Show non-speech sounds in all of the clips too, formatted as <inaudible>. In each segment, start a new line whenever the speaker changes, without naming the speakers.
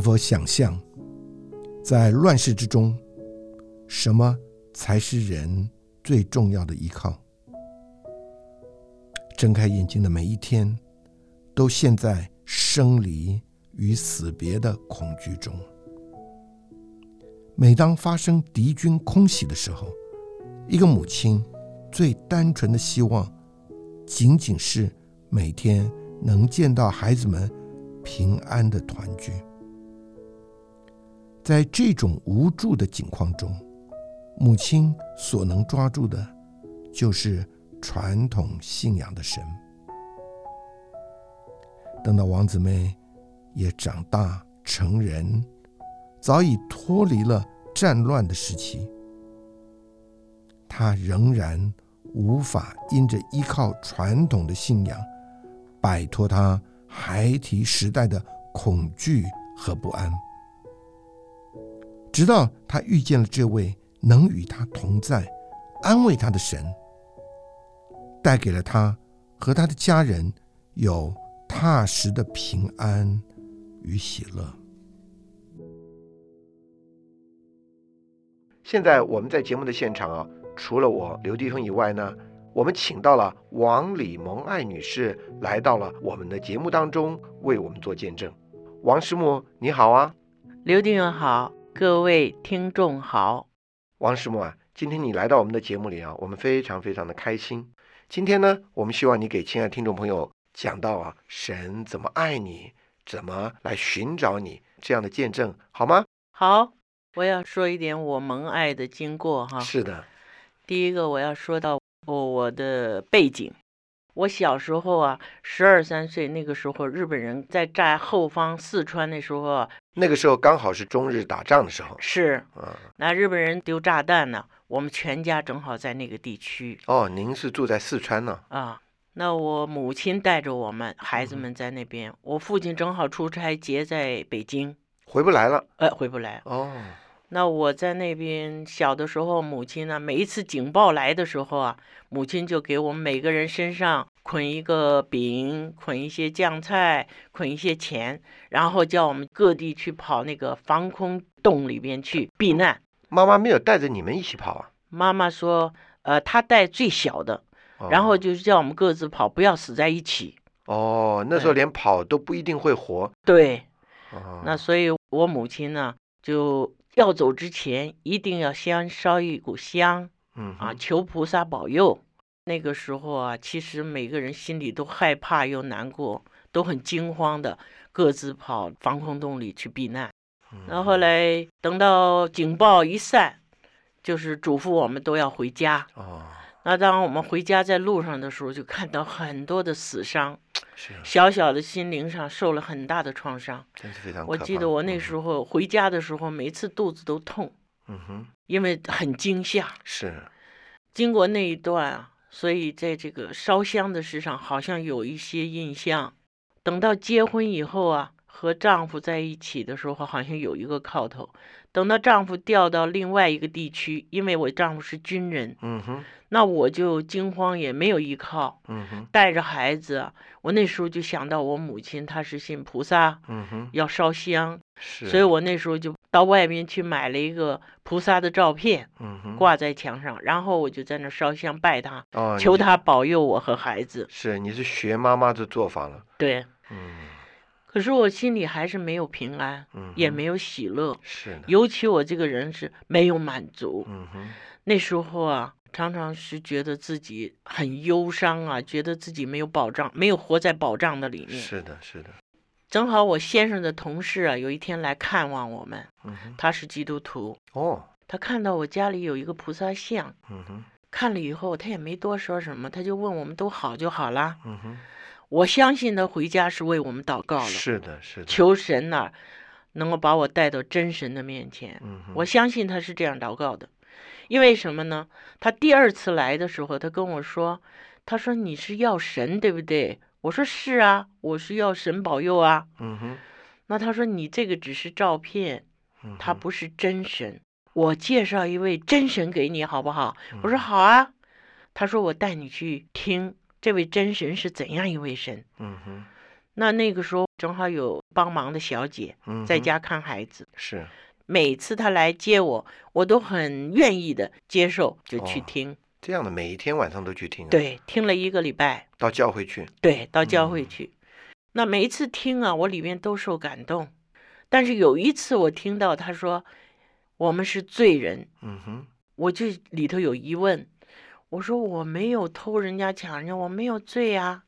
否想象，在乱世之中，什么才是人最重要的依靠？睁开眼睛的每一天，都陷在生离与死别的恐惧中。每当发生敌军空袭的时候，一个母亲最单纯的希望，仅仅是每天能见到孩子们平安的团聚。在这种无助的境况中，母亲所能抓住的，就是传统信仰的神。等到王姊妹也长大成人，早已脱离了战乱的时期，她仍然无法因着依靠传统的信仰，摆脱她孩提时代的恐惧和不安。直到她遇见了这位能与她同在、安慰她的神，带给了她和她的家人有踏实的平安与喜乐。现在我们在节目的现场啊，除了我刘迪峰以外呢，我们请到了王李蒙爱女士来到了我们的节目当中，为我们做见证。王师母，你好啊！
刘定远好，各位听众好。
王师母啊，今天你来到我们的节目里啊，我们非常非常的开心。今天呢，我们希望你给亲爱的听众朋友讲到啊，神怎么爱你，怎么来寻找你这样的见证，好吗？
好，我要说一点我蒙爱的经过哈。
是的，
第一个，我要说到我我的背景。我小时候啊，十二三岁那个时候，日本人在占后方四川的时候啊，
那个时候刚好是中日打仗的时候
是
啊。
那日本人丢炸弹呢，我们全家正好在那个地区
哦，您是住在四川呢？
啊。那我母亲带着我们孩子
嗯
们在那边，我父亲正好出差，结在北京，
回不来了
呃，回不来。
哦。
那我在那边小的时候，母亲呢，每一次警报来的时候啊，母亲就给我们每个人身上捆一个饼，捆一些酱菜，捆一些钱，然后叫我们各地去跑那个防空洞里边去避难。
妈妈没有带着你们一起跑啊？
妈妈说，呃，她带最小的，
哦
然后就是叫我们各自跑，不要死在一起。
哦，那时候连跑都不一定会活。
对，
哦、
那所以我母亲呢，就要走之前一定要先烧一股香。
嗯
啊，
哼
求菩萨保佑。那个时候啊，其实每个人心里都害怕又难过，都很惊慌的，各自跑防空洞里去避难。
嗯
然后后来等到警报一散，就是嘱咐我们都要回家。
哦，
那当我们回家在路上的时候，就看到很多的死伤，
是
小小的心灵上受了很大的创伤。
真是非常可怕。嗯
我记得我那时候回家的时候，每次肚子都痛，
嗯，嗯哼，
因为很惊吓。
是
经过那一段啊，所以在这个烧香的事上好像有一些印象。等到结婚以后啊，和丈夫在一起的时候，好像有一个靠头。等到丈夫调到另外一个地区，因为我丈夫是军人，
嗯哼，
那我就惊慌，也没有依靠，
嗯哼，
带着孩子啊，我那时候就想到我母亲，她是信菩萨，
嗯哼，
要烧香，
是。
所以我那时候就到外面去买了一个菩萨的照片，
嗯哼
挂在墙上，然后我就在那儿烧香拜他。
哦，
求
你
他保佑我和孩子。
是你是学妈妈的做法了。
对，
嗯
可是我心里还是没有平安，
嗯哼，
也没有喜乐。
是的。
尤其我这个人是没有满足，
嗯哼，
那时候啊，常常是觉得自己很忧伤啊，觉得自己没有保障，没有活在保障的里面。
是的，是的。
正好我先生的同事啊，有一天来看望我们，
嗯哼，
他是基督徒，
哦，
他看到我家里有一个菩萨像，
嗯哼，
看了以后他也没多说什么，他就问我们都好就好啦。
嗯哼，
我相信他回家是为我们祷告了。
是的，是的。
求神呐、能够把我带到真神的面前。
嗯哼，
我相信他是这样祷告的，因为什么呢？他第二次来的时候，他跟我说，他说你是要神对不对？我说是啊，我是要神保佑啊。
嗯哼，
那他说你这个只是照片，
嗯
他
哼，
不是真神。我介绍一位真神给你好不好？我说
嗯，
好啊。他说我带你去听这位真神是怎样一位神。
嗯哼，
那那个时候正好有帮忙的小姐
嗯
在
哼
家看孩子。
是
每次她来接我，我都很愿意的接受，就去
哦
听。
这样的，每一天晚上都去听、，啊
对，听了一个礼拜，
到教会去，
对，到教会
嗯
去。那每一次听啊，我里面都受感动。但是有一次我听到他说：“我们是罪人。
嗯哼，”
我就里头有疑问，我说我没有偷人家抢人家，我没有罪呀、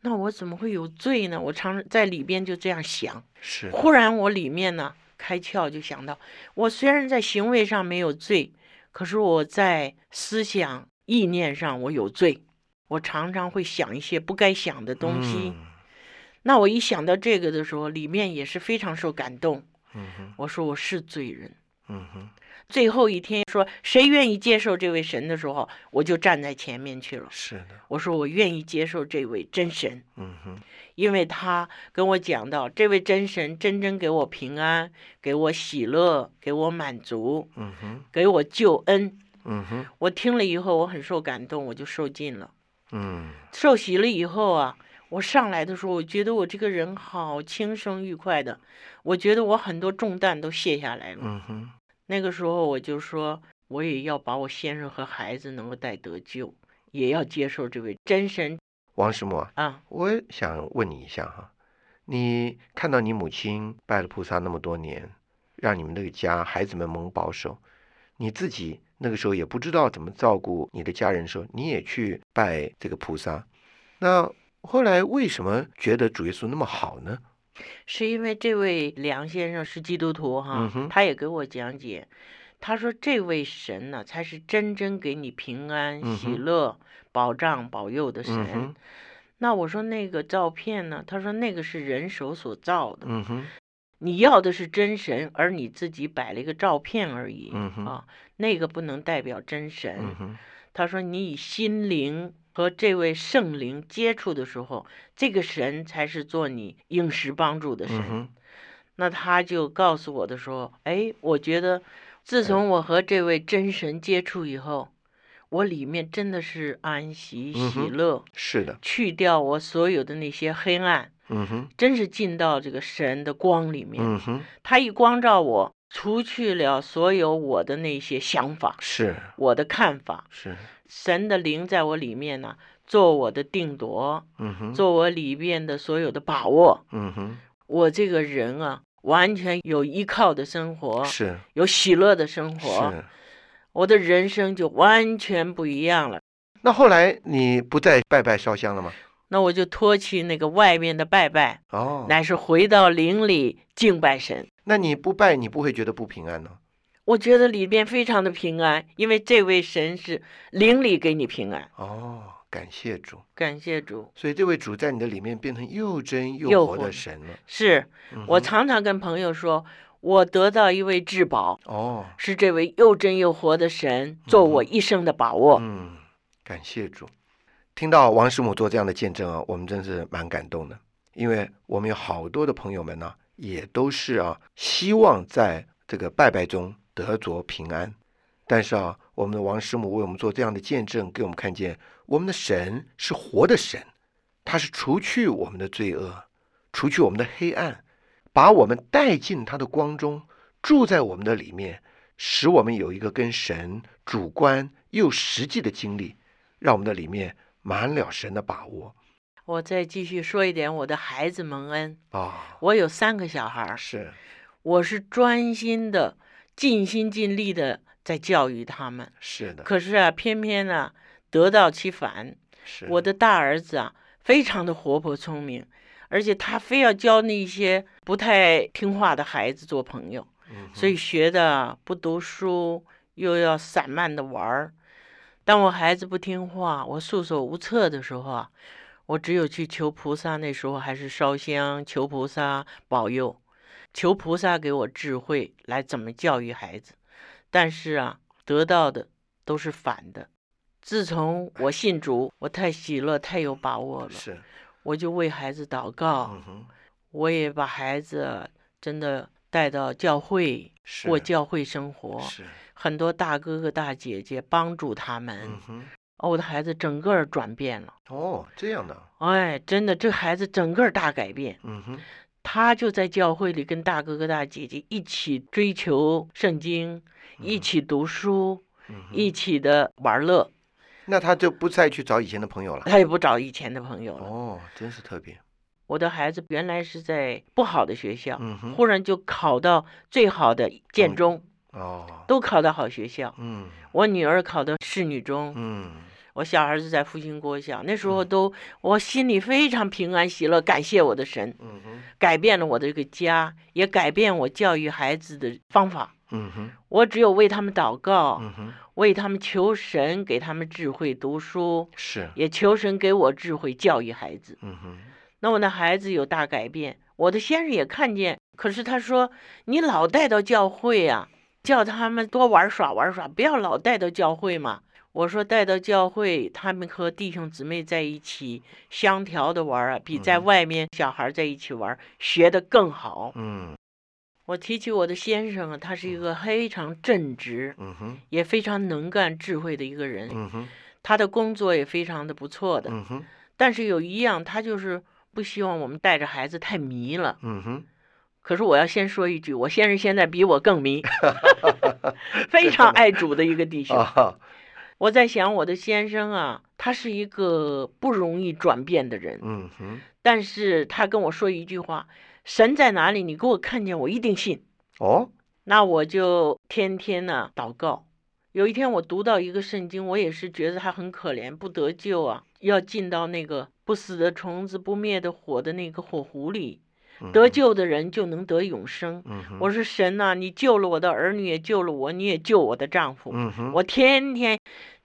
那我怎么会有罪呢？我常在里边就这样想。
是
忽然我里面呢开窍，就想到我虽然在行为上没有罪，可是我在思想意念上我有罪。我常常会想一些不该想的东西。
嗯
那我一想到这个的时候，里面也是非常受感动。
嗯哼，
我说我是罪人。
嗯哼，
最后一天说谁愿意接受这位神的时候，我就站在前面去了。
是的，
我说我愿意接受这位真神。
嗯哼，
因为他跟我讲到，这位真神真真给我平安，给我喜乐，给我满足，
嗯哼，
给我救恩。
嗯哼，
我听了以后，我很受感动，我就受尽了。
嗯，
受洗了以后啊，我上来的时候，我觉得我这个人好轻松愉快的，我觉得我很多重担都卸下来了。
嗯哼，
那个时候我就说，我也要把我先生和孩子能够带得救，也要接受这位真神
王师母啊，
啊。
我想问你一下哈，你看到你母亲拜了菩萨那么多年，让你们那个家孩子们蒙保守，你自己那个时候也不知道怎么照顾你的家人的时候，你也去拜这个菩萨，那后来为什么觉得主耶稣那么好呢？
是因为这位梁先生是基督徒哈
嗯，哼
他也给我讲解，他说这位神呢、才是真正给你平安、
嗯
喜
哼
乐、保障、保佑的神。
嗯哼，
那我说那个照片呢？他说那个是人手所造的，
嗯哼，
你要的是真神，而你自己摆了一个照片而已、
嗯哼
啊，那个不能代表真神。
嗯哼，
他说：“你以心灵和这位圣灵接触的时候，这个神才是做你应时帮助的神。
嗯哼，
那他就告诉我的时候，哎，我觉得
嗯
自从我和这位真神接触以后，我里面真的是安息、
嗯
喜
哼
乐，
是的，
去掉我所有的那些黑暗，
嗯哼，
真是进到这个神的光里面。
嗯哼，
他一光照我，除去了所有我的那些想法、
是
我的看法。
是，
神的灵在我里面呢，做我的定夺，
嗯哼，
做我里面的所有的把握。
嗯哼，
我这个人啊，完全有依靠的生活，
是
有喜乐的生活，
是。
我的人生就完全不一样了。
那后来你不再拜拜烧香了吗？
那我就脱去那个外面的拜拜，
哦，
乃是回到灵里敬拜神。
那你不拜，你不会觉得不平安呢？
我觉得里边非常的平安，因为这位神是灵里给你平安。
哦，感谢主，
感谢主，
所以这位主在你的里面变成又真又
又
活
活
的
的
神了。
是
嗯
我
哼
常常跟朋友说，我得到一位至宝，
哦，
是这位又真又活的神做我
嗯
一生的把握。
嗯，感谢主。听到王师母做这样的见证啊，我们真是蛮感动的，因为我们有好多的朋友们呢、也都是啊，希望在这个拜拜中得着平安。但是啊，我们的王师母为我们做这样的见证，给我们看见我们的神是活的神，他是除去我们的罪恶，除去我们的黑暗，把我们带进他的光中，住在我们的里面，使我们有一个跟神主观又实际的经历，让我们的里面满了神的把握
我再继续说一点我的孩子蒙恩，
啊、
我有三个小孩儿，
是
我是专心的、尽心尽力的在教育他们，
是的，
可是啊，偏偏呢、得到其反。
是
我的大儿子啊，非常的活泼聪明，而且他非要教那些不太听话的孩子做朋友。
嗯哼
所以学的不读书，又要散漫的玩儿。当我孩子不听话，我束手无策的时候啊，我只有去求菩萨。那时候还是烧香求菩萨保佑，求菩萨给我智慧来怎么教育孩子。但是啊，得到的都是反的。自从我信主，我太喜乐，太有把握了，
是啊
我就为孩子祷告，
嗯哼
我也把孩子真的带到教会，
是
过教会生活，
是
很多大哥哥大姐姐帮助他们。
嗯哼
哦，我的孩子整个儿转变了，
哦，这样的，
哎，真的，这孩子整个儿大改变。
嗯哼，
他就在教会里跟大哥哥大姐姐一起追求圣经，一
嗯
起读书，
嗯哼，
一起的玩乐。
那他就不再去找以前的朋友了。
他也不找以前的朋友了。啊
哦，真是特别。
我的孩子原来是在不好的学校，
嗯哼，
忽然就考到最好的建
嗯
中，
哦，
都考到好学校。
嗯
我女儿考到市女中，
嗯，
我小儿子在复兴国小。那时候
嗯
都我心里非常平安喜乐，感谢我的神，
嗯哼，
改变了我的这个家，也改变我教育孩子的方法。
嗯哼，
我只有为他们祷告，
嗯哼，
为他们求神，给他们智慧读书，
是，
也求神给我智慧教育孩子。
嗯哼，
那我那孩子有大改变，我的先生也看见，可是他说你老带到教会呀、叫他们多玩耍玩耍，不要老带到教会嘛。我说带到教会，他们和弟兄姊妹在一起相调的玩啊，比在
嗯
外面小孩在一起玩学得更好。
嗯
我提起我的先生啊，他是一个非常正直，
嗯哼，
也非常能干、智慧的一个人。
嗯哼，
他的工作也非常的不错的，
嗯哼，
但是有一样，他就是不希望我们带着孩子太迷了。
嗯哼，
可是我要先说一句，我先生现在比我
<laughs>
更迷，非常爱主的一个弟兄。
啊，
我在想，我的先生啊，他是一个不容易转变的人，
嗯哼，
但是他跟我说一句话：“神在哪里？你给我看见，我一定信。”
哦，
那我就天天呢、祷告。有一天我读到一个圣经，我也是觉得他很可怜，不得救啊，要进到那个不死的虫子、不灭的火的那个火湖里。
嗯
得
哼，
救的人就能得永生。
嗯哼，
我说神呐、你救了我的儿女，也救了我，你也救我的丈夫。
嗯哼，
我天天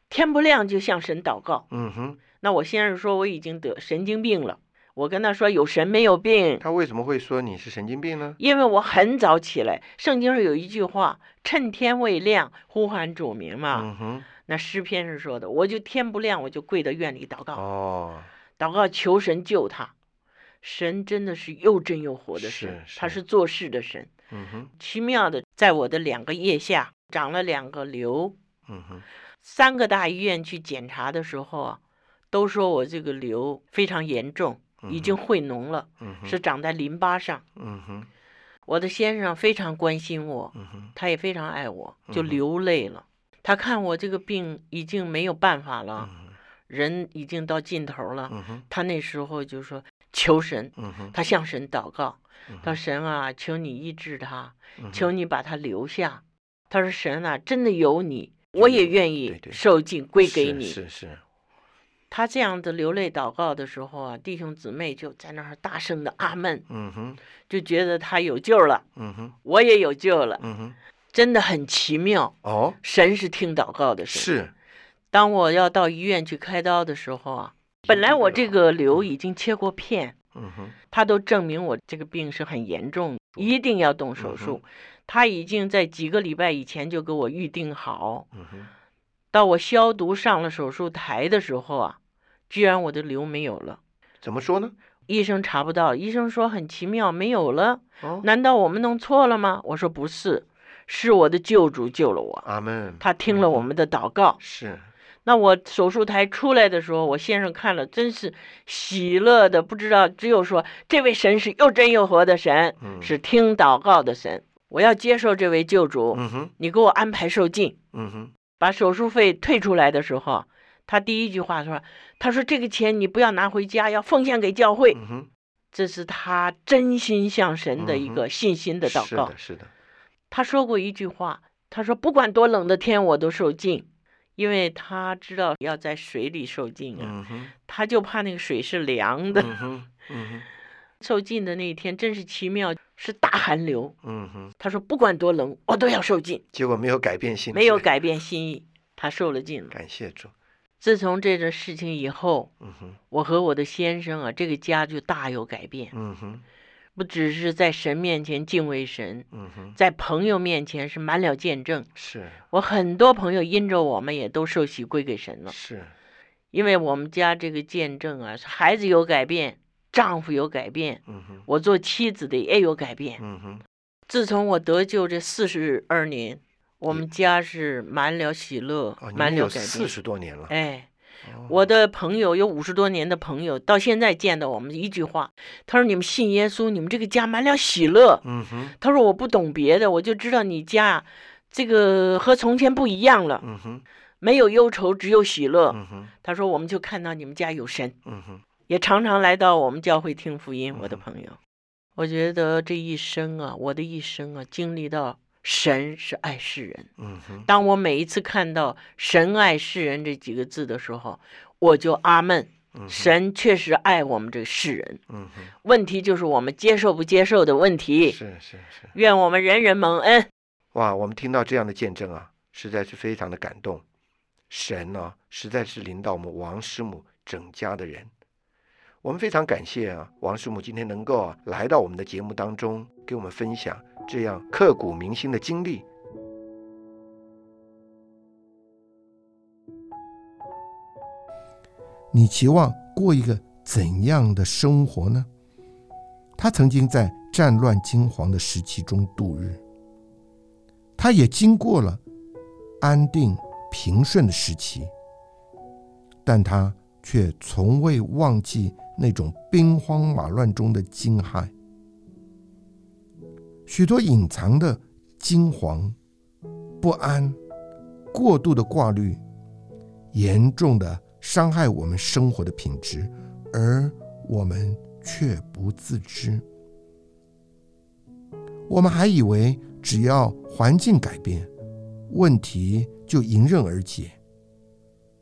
天不亮就向神祷告。
嗯哼，
那我先生说我已经得神经病了，我跟他说有神没有病，
他为什么会说你是神经病呢？
因为我很早起来，圣经上有一句话：“趁天未亮，呼喊主名嘛。
嗯哼，
那诗篇是说的，我就天不亮，我就跪到院里祷告，
哦，
祷告求神救他。神真的是又真又活的神，
是
他
是
是做事的神。
嗯哼，
奇妙的，在我的两个腋下长了两个瘤，
嗯哼，
三个大医院去检查的时候啊，都说我这个瘤非常严重，已经
嗯
汇脓了，
嗯哼，
是，长在淋巴上。
嗯哼，
我的先生非常关心我，
嗯哼，
他也非常爱我，就
嗯哼
流泪了。他看我这个病已经没有办法了，
嗯哼，
人已经到尽头了。
嗯哼，
他那时候就说求神，
嗯哼，
啊他向神祷告，
嗯
他说
哼，
神啊，求你医治他，
嗯
求
哼，
你把他留下。他说神啊，真的有你，我也愿
对
意
对
受尽归给
是
你。
是是，
他这样子流泪祷告的时候啊，弟兄姊妹就在那儿大声的阿门，
嗯哼，
就觉得他有救了，
嗯哼，
我也有救了，
嗯哼，
真的很奇妙。
哦，
神是听祷告的神。
是，
当我要到医院去开刀的时候啊，本来我这个瘤已经切过片，
嗯哼，
他都证明我这个病是很严重，一定要动
嗯
手术。他已经在几个礼拜以前就给我预定好。
嗯哼，
到我消毒上了手术台的时候啊，居然我的瘤没有了。
怎么说呢？
医生查不到，医生说很奇妙，没有了。
哦，
难道我们弄错了吗？我说不是，是我的救主救了我，
阿门，
他听了我
嗯哼
们的祷告。
是，
那我手术台出来的时候，我先生看了，真是喜乐的，不知道，只有说这位神是又真又活的神，
嗯
是听祷告的神。我要接受这位救主，
嗯哼，
你给我安排受尽。
嗯哼，
把手术费退出来的时候，他第一句话说：“他说这个钱你不要拿回家，要奉献给教会。
嗯哼，
这是他真心向神的
嗯
一
哼
个信心的祷
是
告
的，。是的，
他说过一句话，他说不管多冷的天我都受尽，因为他知道要在水里受尽啊，
嗯哼，
他就怕那个水是凉的。
嗯哼，嗯哼，
<laughs> 受尽的那一天真是奇妙，是大寒流。
嗯哼，
他说不管多冷我都要受尽，
结果没有改变性，
没有，改变心意，他受了尽了。
感谢主，
自从这个事情以后，
嗯哼，
我和我的先生啊，这个家就大有改变，
嗯哼，
不只是在神面前敬畏神，
嗯哼，
在朋友面前是满了见证。
是
我很多朋友因着我们也都受洗归给神了，
是，
因为我们家这个见证啊，是孩子有改变，丈夫有改变，
嗯哼，
我做妻子的也有改变。
嗯哼，
自从我得救这四十二年，我们家是满了喜乐，
哦，你
满
们
了
有
改
四
变。
十多年了，哦
哎，我的朋友有五十多年的朋友，到现在见到我们一句话，他说：“你们信耶稣，你们这个家满了喜乐。
嗯哼，”
他说：“我不懂别的，我就知道你家这个和从前不一样了，
嗯哼，
没有忧愁，只有喜乐。
嗯哼，
他说：“我们就看到你们家有神。”
嗯哼，
也常常来到我们教会听福音。我的
嗯
朋友，我觉得这一生啊，我的一生啊，经历到神是爱世人。
嗯哼，
当我每一次看到“神爱世人”这几个字的时候，我就阿门。
嗯哼，
神确实爱我们这世人，
嗯哼，
问题就是我们接受不接受的问题。
是是是，
愿我们人人蒙恩。
哇，我们听到这样的见证啊，实在是非常的感动。神呢、实在是领导我们王师母整家的人。我们非常感谢啊，王师母今天能够啊来到我们的节目当中，给我们分享这样刻骨铭心的经历。
你期望过一个怎样的生活呢？他曾经在战乱惊惶的时期中度日，他也经过了安定平顺的时期，但他却从未忘记那种兵荒马乱中的惊骇。许多隐藏的惊惶、不安、过度的挂虑，严重的伤害我们生活的品质，而我们却不自知。我们还以为只要环境改变，问题就迎刃而解，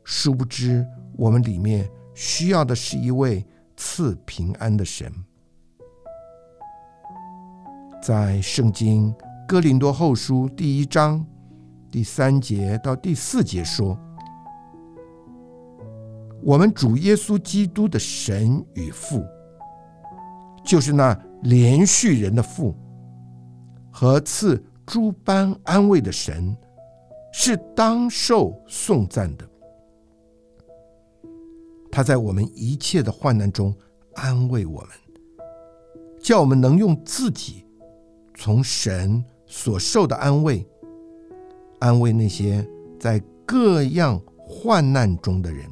殊不知我们里面需要的是一位赐平安的神。在圣经哥林多后书第一章第三节到第四节说。我们主耶稣基督的神与父，就是那连续人的父，和赐诸般安慰的神，是当受颂赞的。他在我们一切的患难中安慰我们，叫我们能用自己从神所受的安慰，安慰那些在各样患难中的人。